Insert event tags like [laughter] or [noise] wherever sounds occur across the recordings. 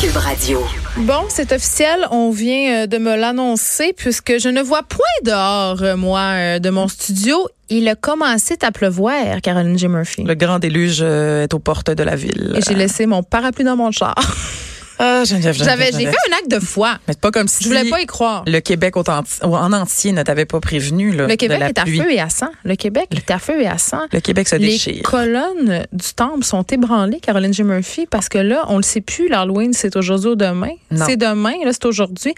Cube Radio. Bon, c'est officiel. On vient euh, de me l'annoncer puisque je ne vois point dehors, euh, moi, euh, de mon studio. Il a commencé à pleuvoir, Caroline J. Murphy. Le grand déluge euh, est aux portes de la ville. Et J'ai laissé mon parapluie dans mon char. [laughs] Ah, Geneviève, Geneviève, J'avais, j'ai Geneviève. fait un acte de foi. Mais c'est pas comme si Je voulais pas y croire. le Québec autant- en entier ne t'avait pas prévenu là, Le Québec de la est à pluie. feu et à sang. Le Québec est à feu et à sang. Le Québec se Les déchire. colonnes du temple sont ébranlées, Caroline J. Murphy, parce que là, on le sait plus, l'Halloween, c'est aujourd'hui ou demain. Non. C'est demain, là, c'est aujourd'hui.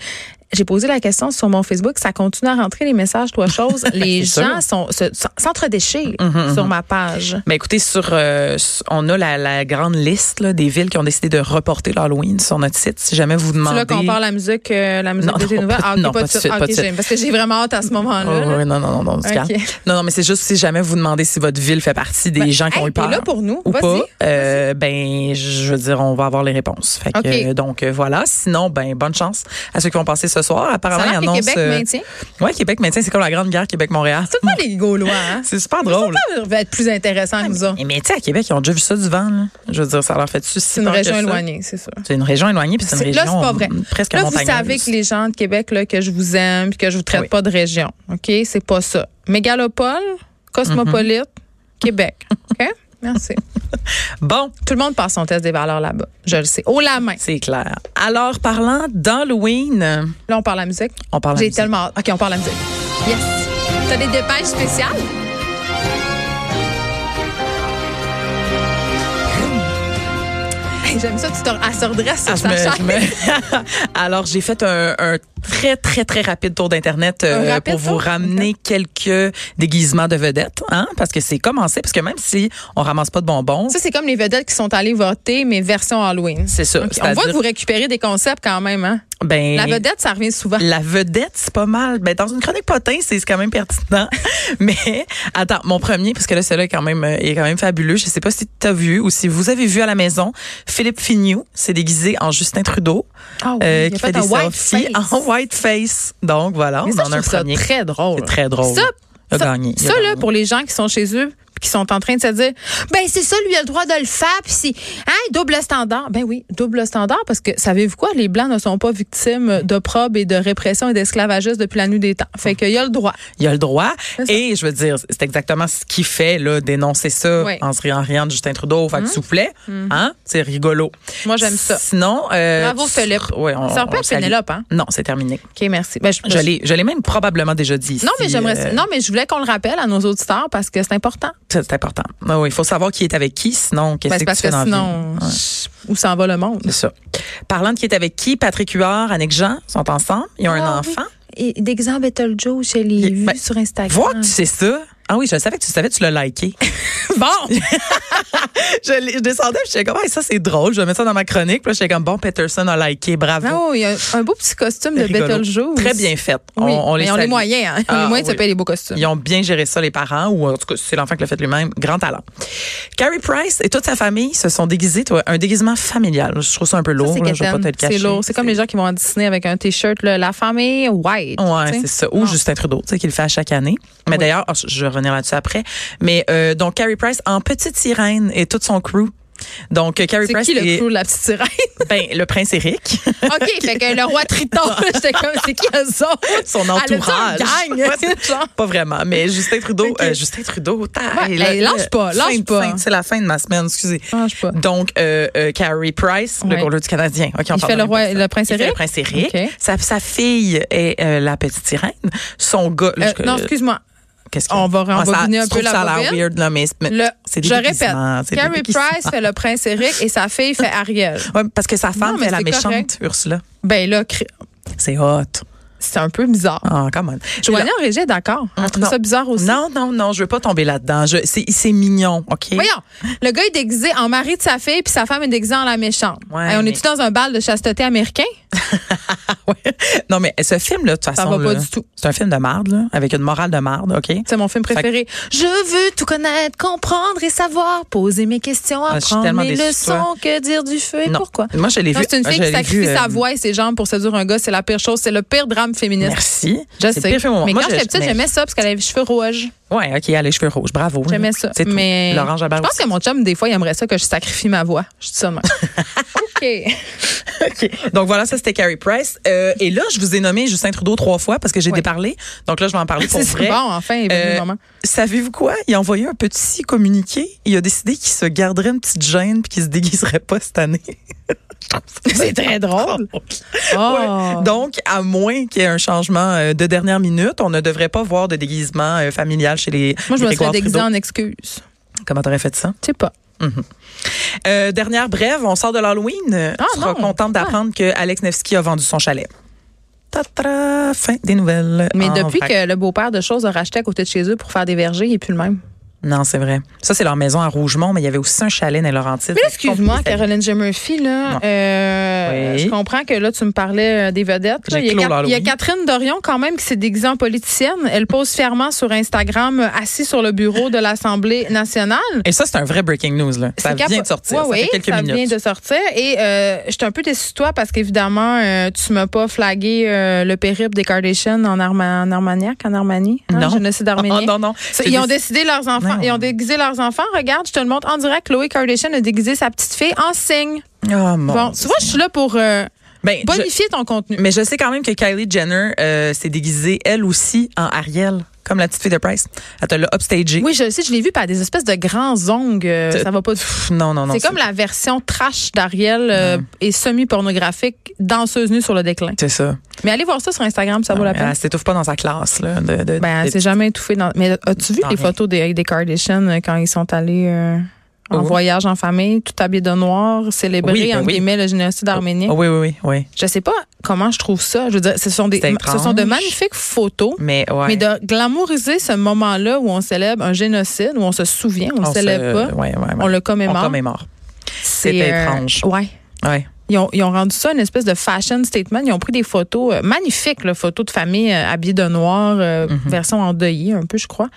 J'ai posé la question sur mon Facebook, ça continue à rentrer les messages, trois [laughs] choses. les C'est Mm-hmm, gens sont, se- s'entredéchirent sur ma page. Mais écoutez, sur, euh, s- on a la, la grande liste là, des villes qui ont décidé de reporter l'Halloween sur notre site. Si jamais vous Tu demandez. là qu'on parle la musique, euh, la musique Non, des non, nouvelles. pas- Ah, ok, non, pas pas de de suite. suite, pas de Ok, suite. j'aime, parce que j'ai vraiment hâte à ce moment-là. Oh, là. ouais, non, non, non, non, on se Ok. calme. Non, non, mais c'est juste si jamais vous demandez si votre ville fait partie des Ben, gens qui hey, ont eu t'es peur. là pour nous. ou Vas-y. pas, euh, ben je veux dire on va avoir les réponses. Fait que, OK. euh, donc euh, voilà, sinon ben bonne chance à ceux qui vont passer ce soir. Ça Apparemment a ils l'air que annoncent Québec euh, maintient. Ouais, Québec maintient, c'est comme la grande guerre Québec Montréal. C'est [laughs] pas les Gaulois, hein? C'est super drôle. Ça va être plus intéressant que nous autres. Mais, mais tu sais à Québec, ils ont déjà vu ça du vent là. Je veux dire ça leur fait dessus C'est une région éloignée, c'est ça. C'est une région éloignée puis c'est une C'est- là, région c'est pas vrai. euh, presque Là, vous montagneuse. savez que les gens de Québec, là, que je vous aime puis que je vous traite Oui. pas de région. OK? C'est pas ça. Mégalopole, cosmopolite, Québec. OK? Merci. Bon, Tout le monde passe son test des valeurs là-bas. Je le sais. Haut la main. c'est clair. Alors parlant d'Halloween, euh, Là, on parle la musique. on parle J'ai musique. tellement hâte. OK, on parle la musique. Yes. T'as des dépêches spéciales? Hey, J'aime ça, tu te, elle se redresse sur Ah, je sa me- chaise. je me- [laughs] Alors, j'ai fait un, un très, très, très rapide tour d'Internet euh, Un rapide pour vous tour? ramener quelques déguisements de vedettes, hein, parce que c'est commencé, parce que même si on ramasse pas de bonbons, Ça, c'est comme les vedettes qui sont allées voter, mais version Halloween. c'est ça. Ok, On C'est-à-dire, voit que vous récupérez des concepts quand même. Hein? ben, La vedette, ça revient souvent. la vedette, c'est pas mal. Ben, dans une chronique potin, c'est c'est quand même pertinent. [laughs] Mais attends, mon premier, parce que là, celui-là est quand même, euh, il est quand même fabuleux. Je sais pas si tu as vu ou si vous avez vu à la maison, Philippe Fignoux s'est déguisé en Justin Trudeau. Ah oui, euh, il a qui fait fait, des un white selfies face. en white face. Donc voilà, Mais on ça, en je a un trouve ça premier. très drôle. C'est très drôle. Ça, Il a ça, gagné. Il a ça, là, gagné. pour les gens qui sont chez eux puis qui sont en train de se dire ben c'est ça lui il a le droit de le faire puis si hein double standard ben oui double standard parce que savez-vous quoi les blancs ne sont pas victimes d'opprobre et de répression et d'esclavagisme depuis la nuit des temps fait qu'il a le droit Il a le droit. C'est ça. Et je veux dire, c'est exactement ce qu'il fait, là, dénoncer ça Oui. Hum. en se riant, en riant de Justin Trudeau. Fait que s'il vous plaît, hein, c'est rigolo. moi j'aime ça Sinon, euh, Bravo, Philippe. Oui, on, ça on peut le être salue. Pénélope hein Non, c'est terminé. ok merci ben, je, Je l'ai, je l'ai même probablement déjà dit. non mais si, j'aimerais ça- euh, non mais je voulais qu'on le rappelle à nos auditeurs parce que c'est important C'est c'est important. Ah oui, il faut savoir qui est avec qui, sinon, qu'est-ce Ben, c'est que parce tu fais que dans la vie? sinon Ouais. où s'en va le monde C'est ça. Parlant de qui est avec qui, Patrick Huard, Annick Jean sont ensemble. Ils ont un Ah oui. enfant. Et d'exemple Beetlejuice, je l'ai Et- vu ben, sur Instagram. Vois que tu sais ça. Ah oui, je le savais que tu savais, tu l'as liké. Bon! [laughs] [laughs] je, l'ai- je descendais, puis j'étais comme, Ah, ça c'est drôle, je vais mettre ça dans ma chronique. Puis là, j'étais comme, bon, Peterson a liké, bravo. Non, Ah il y a un beau petit costume de C'est rigolo. Beetlejuice. Très bien fait. Oui. On, on les Mais on les salue. moyens, hein. On Ah, les moyens de se oui. payer les beaux costumes. Ils ont bien géré ça, les parents, ou en tout cas, si c'est l'enfant qui l'a fait lui-même. Grand talent. Carrie Price et toute sa famille se sont déguisés, toi, un déguisement familial. Je trouve ça un peu Ça, lourd, c'est là, je vais pas quétaine. te le cacher. C'est lourd. C'est comme les gens qui vont à Disney avec un T-shirt, là, la famille white. Ouais, tu sais. c'est ça. Ou Non. Justin Trudeau, tu sais, qui le fait à chaque année. Mais Oui. d'ailleurs, oh, je- je vais revenir là-dessus après. Mais euh, donc, Carrie Price en petite sirène et tout son crew. Donc, euh, Carrie C'est Price qui le est- crew de la petite [laughs] sirène? ben, le prince Eric, OK, fait que le roi Triton, [laughs] j'étais comme, c'est qui eux autres? [laughs] son Elle a entourage. une gang! [laughs] Euh, Ouais, c'est- [laughs] Genre, pas vraiment, mais Justin Trudeau, Ok. euh, Justin Trudeau, taille, Ouais, là, hey, lâche là, pas, lâche fin de- pas. fin de- C'est la fin de ma semaine, excusez. Lâche pas. Donc, euh, euh, Carrie Price, Ouais. le goleur du Canadien. Ok, on Il parle fait de le la roi, personne. le prince Il fait le Eric? prince Eric. Ok. Sa, sa fille est euh, la petite sirène. Son gars, là, Euh, je- non, excuse-moi. Qu'est-ce On va Ah, ça- rembobiner un tu peu trouves la ça a l'air bobine. weird, là, mais mais Le, c'est des je déguisements, répète, c'est des Carrie déguisements. Price fait le prince Eric et sa fille fait Ariel. Ouais, parce que sa femme Non, mais fait la c'est méchante, correct. Ursula. Ben là, cri- C'est hot. c'est un peu bizarre. Ah, come on. Joanie en régie est d'accord. On trouve Non. ça bizarre aussi. Non, non, non, je veux pas tomber là-dedans. Je- C'est c'est mignon, OK? Voyons, le gars est déguisé en mari de sa fille, puis sa femme est déguisée en la méchante. Ouais, Hey, on mais- est-tu dans un bal de chasteté américain? [laughs] Ouais. Non, mais ce film-là, de toute façon, va pas là, du tout. c'est un film de marde, là, avec une morale de marde, OK? C'est mon film préféré. Je veux tout connaître, comprendre et savoir, poser mes questions, Ah, je suis apprendre tellement mes déçue de leçons, que dire du feu et Non. pourquoi. Moi, je l'ai Non, vu. c'est une fille je qui l'ai sacrifie vu, euh, sa voix et ses jambes pour séduire un gars. C'est la pire chose. C'est le pire drame féministe. Merci. Je C'est sais. le pire film au monde. mais Moi, quand je- j'étais petite, mais- j'aimais ça parce qu'elle avait les cheveux rouges. Ouais, OK, elle a les cheveux rouges. Bravo. là. J'aimais ça. C'est tout. Mais Laurent Jalbert Je [laughs] pense que mon chum, des fois, il aimerait ça que je sacrifie ma voix. Je dis ça de même. OK. OK. OK. Donc voilà, ça c'était Carrie Price. Euh, et là, je vous ai nommé Justin Trudeau trois fois parce que j'ai Ouais. déparlé. Donc là, je vais [laughs] en parler pour C'est vrai. bon, enfin, il est venu Euh, le moment. Savez-vous quoi? Il a envoyé un petit communiqué. Il a décidé qu'il se garderait une petite gêne puis qu'il se déguiserait pas cette année. [laughs] C'est très drôle. [laughs] Ouais. Oh. Donc, à moins qu'il y ait un changement euh, de dernière minute, on ne devrait pas voir de déguisement euh, familial chez les Moi, je me serais Grégoire déguisée Trudeau. en excuse. Comment t'aurais fait ça? Je sais pas. Euh, dernière brève, on sort de l'Halloween. Ah, on sera non. contente d'apprendre que Alex Nevsky a vendu son chalet. Ta-ta, fin des nouvelles. Ah, Mais en depuis vrac. que le beau-père de choses a racheté à côté de chez eux pour faire des vergers, il n'est plus le même. Non, c'est vrai. Ça, c'est leur maison à Rougemont, mais il y avait aussi un chalet dans les Laurentides. Mais là, excuse-moi, C'est Caroline J. Murphy, là, Non. euh, Oui. je comprends que là, tu me parlais euh, des vedettes. là. J'ai Il, y a clos Cat- il l'Halloween. y a Catherine Dorion, quand même, qui s'est déguisée en politicienne. Elle pose fièrement sur Instagram, euh, assise sur le bureau de l'Assemblée nationale. Et ça, c'est un vrai breaking news. Là. Ça C'est vient capo- de sortir. Ouais, ça oui, fait quelques ça minutes. vient de sortir. Et euh, je suis un peu déçue de toi parce qu'évidemment, euh, tu m'as pas flagué euh, le périple des Kardashians en, Arma- en Armagnac, en Armanie. hein, Non. Génocide arménien. [laughs] Ah, non, non. Ça, J'ai Ils ont décidé décidé- leurs enfants. Non. Ils ont déguisé leurs enfants. Regarde, je te le montre en direct. Chloé Kardashian a déguisé sa petite fille en cygne. Ah, mon Bon, tu Dieu. vois, je suis là pour euh, Ben, je- bonifier ton contenu. Mais je sais quand même que Kylie Jenner euh, s'est déguisée, elle aussi, en Ariel, comme la petite fille de Price. Elle te l'a upstagée. Oui, je le sais, je l'ai vu par des espèces de grands ongles. euh, C'est- Ça va pas du Pff, non, non, non. C'est comme la version trash d'Ariel euh, et semi-pornographique, danseuse nue sur le déclin. C'est ça. Mais allez voir ça sur Instagram, Ah, ça vaut la peine. Euh, Elle s'étouffe pas dans sa classe, là. De, de- Ben, de- elle s'est jamais étouffée. Dans... Mais euh, as-tu vu Dans les rien. photos des, des Kardashians euh, quand ils sont allés euh, en Oh. voyage en famille, tout habillés de noir, célébrer, Oui, ben entre oui. guillemets, le génocide arménien? Oh, oui, oui, oui, oui. Je sais pas comment je trouve ça. Je veux dire, ce sont des, C'est ce étrange. sont de magnifiques photos. Mais, ouais. Mais de glamouriser ce moment-là où on célèbre un génocide, où on se souvient, on ne On se- célèbre pas, Ouais, ouais, ouais. on le On commémore. euh, commémore. c'est étrange. ouais. Ouais. Ils ont, ils ont rendu ça une espèce de fashion statement. Ils ont pris des photos euh, magnifiques, là, photos de famille euh, habillées de noir, euh, Mhm. version endeuillée un peu, je crois.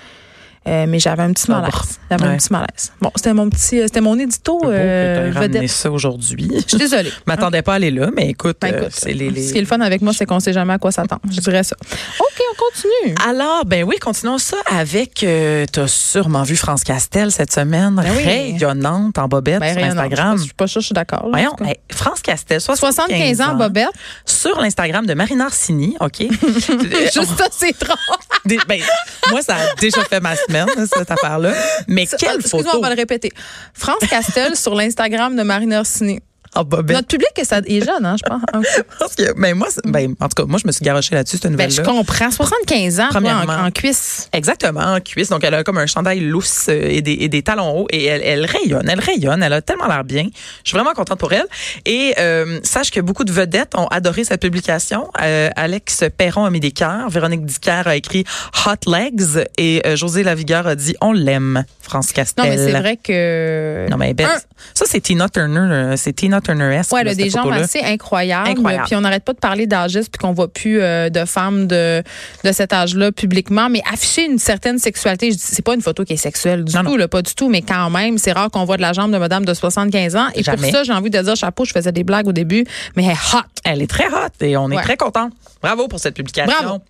Euh, mais j'avais un petit Sobre. malaise. J'avais un Ouais. petit malaise. Bon, c'était mon petit, euh, c'était mon édito C'est beau euh, que t'aies ramené vedette. ça aujourd'hui. [laughs] Je suis désolée. Je m'attendais pas à aller là, mais écoute, Ben, euh, écoute, c'est les, les- Ce qui est le fun avec moi, c'est qu'on sait jamais à quoi s'attendre. Je dirais ça. OK, on continue. Alors, ben oui, continuons ça avec, euh, t'as sûrement vu France Castel cette semaine, Ben oui. rayonnante en bobette Ben, sur rien, non, Instagram. Je suis pas sûre, je suis d'accord. là, en Voyons, tout cas. hey, France Castel, 75, 75 ans, Bobette. Bobette. Sur l'Instagram de Marina Orsini, [laughs] OK? Euh, on- Juste ça, c'est drôle. des- ben, moi, ça a déjà fait ma semaine, cette affaire-là. Mais [laughs] quelle Excuse-moi, photo on va le répéter. France Castel sur l'Instagram de Marine Orsini. en bobette. Notre public est, ça, est jeune, hein, je pense. Un peu. Ah, bah, ben, Parce que, ben, moi, c'est- ben, en tout cas, moi, je me suis garochée là-dessus, cette Ben, je nouvelle-là. comprends. 75 ans, toi, en, Premièrement. en cuisse. Exactement, en cuisse. Donc, elle a comme un chandail lousse euh, et des, et des talons hauts. Et elle, elle rayonne, elle rayonne. Elle a tellement l'air bien. Je suis vraiment contente pour elle. Et euh, sache que beaucoup de vedettes ont adoré cette publication. Euh, Alex Perron a mis des cœurs. Véronique Dicker a écrit Hot Legs. Et euh, José Lavigueur a dit On l'aime, France Castel. Non, mais c'est vrai que. Non, mais belle. Un. Ça, c'est Tina Turner. euh, C'est Tina Turner-esque. Ouais, elle là, a des cette jambes photo-là. assez incroyables. Incroyable. Puis on n'arrête pas de parler d'âgisme, puis qu'on voit plus euh, de femmes de, de cet âge-là publiquement. Mais afficher une certaine sexualité, je dis, c'est pas une photo qui est sexuelle du Non, tout, non. là, pas du tout, mais quand même, c'est rare qu'on voit de la jambe de madame de 75 ans. Et Jamais. pour ça, j'ai envie de dire chapeau, je faisais des blagues au début, mais elle est hot. Elle est très hot et on est Ouais. très content. Bravo pour cette publication. Bravo.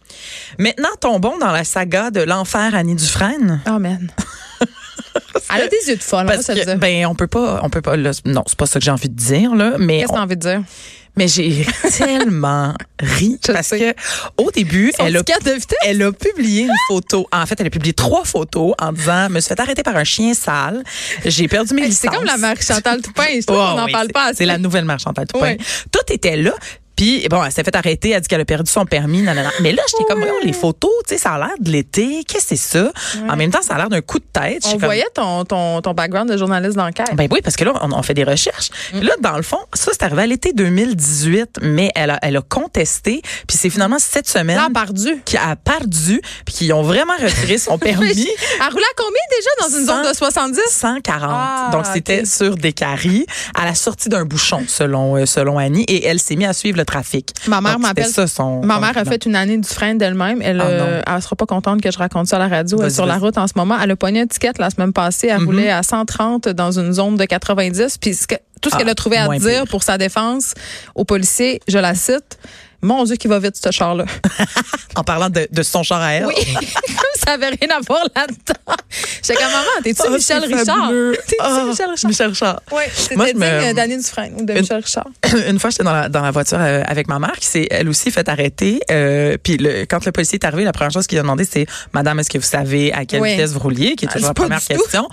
Maintenant, tombons dans la saga de l'enfer Annie Dufresne. Oh, man. [laughs] elle a des yeux de folle, hein, on va Parce se le que, dire. ben, on peut pas, on peut pas, là, non, c'est pas ça que j'ai envie de dire, là, mais, Qu'est-ce que on- t'as envie de dire? [laughs] mais j'ai tellement ri Je parce sais. que, au début, Son elle a, petit cadre de vitesse. elle a publié une photo. En fait, elle a publié trois photos en disant, me suis fait arrêter par un chien sale, j'ai perdu mes C'est licences. comme la Marie Chantal Toupin, je [laughs] trouve Ouais, qu'on n'en ouais, parle Oh, c'est- pas assez. C'est la nouvelle marchandise Toupin. Ouais. Tout était là. Puis, bon, elle s'est fait arrêter, elle dit qu'elle a perdu son permis, nanana. Mais là, j'étais comme, voyons, les photos, tu sais, ça a l'air de l'été, qu'est-ce que c'est ça? En même temps, ça a l'air d'un coup de tête. J'étais On comme, voyait ton, ton, ton background de journaliste d'enquête. Ben oui, parce que là, on, on fait des recherches. Mm. Puis Là, dans le fond, ça, c'est arrivé à l'été 2018, mais elle a, elle a contesté. Puis c'est finalement cette semaine Là, perdu. qu'elle a perdu, puis qu'ils ont vraiment [laughs] retiré son permis. Elle roulait à combien déjà dans une Cent. zone de 70? 140. Ah, Donc, c'était ok. sur des caries à la sortie d'un bouchon, selon, euh, selon Annie, et elle s'est mise à suivre le trafic. Ma mère Donc, Ah, c'était m'appelle. ça, son- Ma son mère a argument. fait une année du frein d'elle-même. Elle, Ah, euh, elle sera pas contente que je raconte ça à la radio. Elle est Vas-y, sur la vas-y. Mhm. route en ce moment. Elle a pogné une ticket la semaine passée. Elle roulait à 130 dans une zone de 90. Puis ce que- tout ce Ah, qu'elle a trouvé à moins dire pire. pour sa défense aux policiers, je la [laughs] Ah, cite. Mon Dieu, qui va vite, ce char-là. En parlant de, de son char à elle. Oui. [laughs] Comme ça, ça avait rien à voir là-dedans. [laughs] J'étais comme, maman, t'es-tu Oh, Michel c'est Richard? fabuleux. T'es-tu Ah, Michel Richard? Michel Richard. Oui, c'était Moi, je digne me- d'Annie Dufresne ou de Une- Michel Richard. [coughs] une fois, j'étais dans la, dans la voiture euh, avec ma mère qui s'est, elle aussi, fait arrêter. Euh, puis le, quand le policier est arrivé, la première chose qu'il a demandé, c'est « Madame, est-ce que vous savez à quelle Oui. vitesse vous rouliez? » qui est Ah, toujours la c'est pas première du tout. question.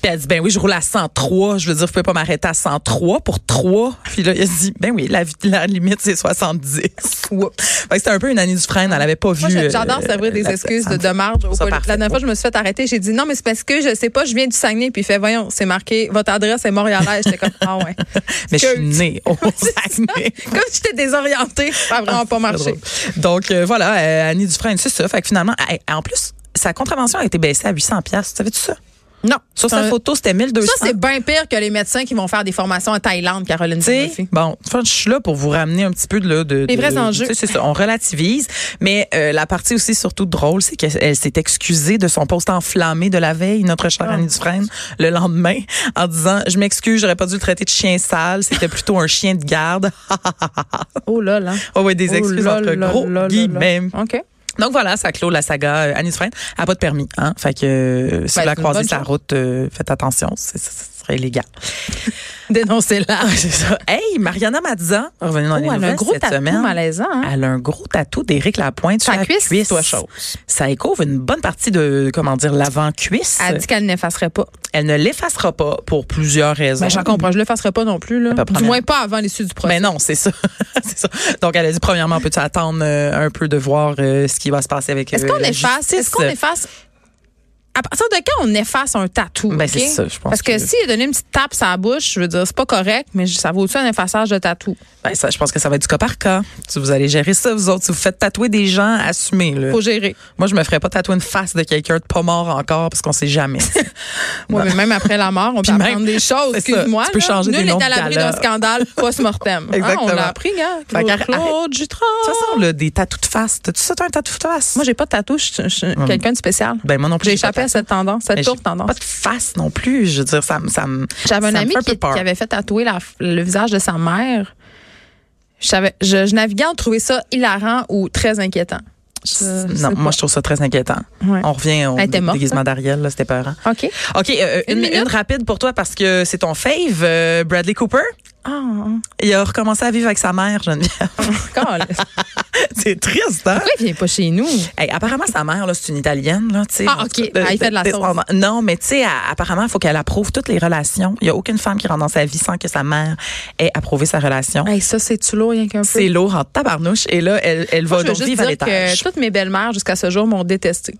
Puis elle dit « Ben oui, je roule à 103. Je veux dire, vous pouvez pas m'arrêter à 103 pour 3. » Puis là, il a dit « Ben oui, la, vi- la limite, [laughs] c'est 70. » Oups. Fait que c'était un peu une année du frein. Elle avait pas Moi, vu... j'a- j'adore euh, savrer des la- excuses ça me de, de marge. au ça poli- parfait. La dernière fois, je me suis fait arrêter. J'ai dit non, mais c'est parce que je sais pas, je viens du Saguenay. Puis il fait, voyons, c'est marqué, votre adresse est montréalaise. J'étais comme, ah ouais. [laughs] Mais je suis Excuse. [laughs] née au Saguenay. Ah, Comme j'étais désorientée, ça a vraiment Ah, pas marché. C'est drôle. Donc euh, voilà, euh, Annie Dufresne, c'est ça. Fait que finalement, elle- elle- en plus, sa contravention a été baissée à 800 pièces. Savais-tu ça Non. Sur sa Ça- photo, c'était 1200. Ça, c'est bien pire que les médecins qui vont faire des formations en Thaïlande, Caroline Tu sais, Murphy. bon, enfin, je suis là pour vous ramener un petit peu de, là, de Les vrais de- enjeux. tu sais, C'est ça, on relativise, mais euh, la partie aussi surtout drôle, c'est qu'elle elle s'est excusée de son poste enflammé de la veille, notre chère Oh, Annie Dufresne, le lendemain, en disant je m'excuse, j'aurais pas dû le traiter de chien sale, c'était plutôt un chien de garde. [laughs] Oh là là. oh ouais, des Oh excuses là entre là gros là là guillemets. là. OK. Donc voilà, ça clôt la saga euh, Annie Dufresne. Elle a pas de permis, hein. Fait que euh, si Ben, vous la c'est une croisez bonne sur la chose. route, euh, faites attention, c'est- ça ça [laughs] serait illégal. Dénoncez-la. Ah, c'est ça. Hey, Mariana Mazza, revenons dans Oh, les elle a nouvelles un gros cette tatou semaine. malaisant. hein. Elle a un gros tatou d'Éric Lapointe sur Sa la cuisse, cuisse. toi, chose. Ça écouvre une bonne partie de, comment dire, l'avant-cuisse. Elle dit qu'elle n'effacerait pas. Elle ne l'effacera pas pour plusieurs raisons. Ben, j'en comprends, je le fasserai pas non plus. Là. Pas de Du problème. moins pas avant l'issue du procès. Mais non, c'est ça. [laughs] c'est ça. Donc, elle a dit, premièrement, peut-tu attendre euh, un peu de voir euh, ce qui va se passer avec Est-ce euh, qu'on la efface? justice? Est-ce qu'on efface? À partir de quand on efface un tatou? Ben, ok? c'est ça, je pense Parce que, que- s'il a donné une petite tape sur la bouche, je veux dire, c'est pas correct, mais je- ça vaut-tu un effaçage de tatou? Ben, ça, je pense que ça va être du cas par cas. Si vous allez gérer ça, vous autres. Si vous faites tatouer des gens, assumez. Là. Faut gérer. Moi, je me ferais pas tatouer une face de quelqu'un de pas mort encore parce qu'on sait jamais. [laughs] Moi, mais même après la mort, on peut Puis même- apprendre des choses. c'est ça, Excuse-moi. tu peux là. changer Nul des noms est à de l'abri galas. d'un scandale [laughs] post-mortem. Hein, on Exactement. l'a appris, gars. Fait Claude, qu'arrête- Claude Jutras. De toute façon, là, des tatous de face. T'as-tu ça, toi, un tatou de face? Moi, j'ai pas de tatou. Je suis je suis quelqu'un de spécial. ben, moi non plus. J'ai pas échappé de à cette tendance, cette Mais tour j'ai tendance. Pas de face non plus. Je veux dire, ça, me- ça me. J'avais un ça me ami fait qui, peu peur. qui avait fait tatouer la- le visage de sa mère. Je, savais- je, je naviguais entre trouver ça hilarant ou très inquiétant. Je- je Non, sais moi, pas. je trouve ça très inquiétant. Ouais. On revient au Elle était dé- morte, déguisement d'Ariel, là, c'était peurant. OK. [laughs] OK, euh, Une une, minute? une rapide pour toi parce que c'est ton fave, euh, Bradley Cooper. Ah, Il a recommencé à vivre avec sa mère, Geneviève. [laughs] God. c'est triste, hein? Pourquoi il vient pas chez nous? Hey, apparemment, sa mère, là, c'est une Italienne, là, tu sais. Euh, Ah, OK. Ah, il fait de la sauce. Non, mais tu sais, à- apparemment, il faut qu'elle approuve toutes les relations. Il n'y a aucune femme qui rentre dans sa vie sans que sa mère ait approuvé sa relation. Hey, ça, c'est-tu lourd, rien qu'un peu? C'est lourd en tabarnouche. Et là, elle, elle Moi, va je veux donc juste vivre à dire l'étage. que toutes mes belles-mères jusqu'à ce jour m'ont détesté.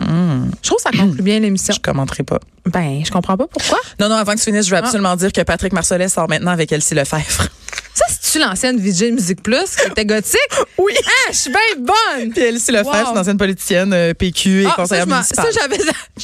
Je trouve que ça conclut bien l'émission. Hmm. Je commenterai pas. Ben, je comprends pas pourquoi. Non, non, avant que tu finisses, je Ah. veux absolument dire que Patrick Marcelet sort maintenant avec Elsie Lefebvre. [laughs] Ça, c'est-tu l'ancienne VJ Musique Plus qui était gothique? Oui. Ah, je suis bien bonne! Puis Elsie Lefebvre, Wow. c'est une ancienne politicienne euh, PQ et Ah, ça, conseillère je m'en- municipale. ça, j'avais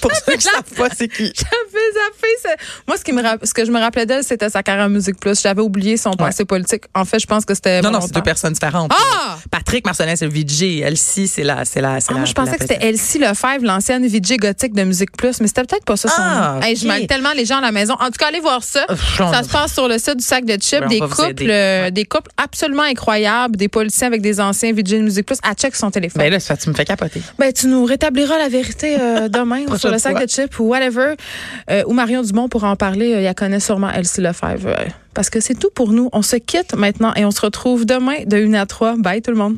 Pour ceux qui savent pas, c'est qui. J'avais zappé. ce- Moi, ce, qui me rapp- ce que je me rappelais d'elle, c'était sa carrière en Musique Plus. J'avais oublié son passé politique. En fait, je pense que c'était. Non, non, c'est volontaire. deux personnes différentes. Ah! Patrick Marcelet, c'est le VJ. Elsie, c'est la, c'est la, c'est Ah, la. moi, je pensais la- que c'était Elsie Lefebvre, l'ancienne VJ gothique de Musique Plus, mais c'était peut-être pas ça son Ah, nom. Hey, je ok. Euh, mêle tellement les gens à la maison. En tout cas, allez voir ça. Pff, on- Ça se passe sur le site du sac de chips. Ouais, on des va vous couples, aider. euh, Ouais. des couples absolument incroyables, des policiers avec des anciens VJ de Musique Plus. À check son téléphone. Ben là, ça, tu me fais capoter. Ben, tu nous rétabliras la vérité euh, demain ou sur le sac fois. de chips ou whatever. Euh, ou Marion Dumont pour en parler. Euh, elle connaît sûrement Elsie Lefebvre. Euh, parce que c'est tout pour nous. On se quitte maintenant et on se retrouve demain de 1 à 3. Bye tout le monde.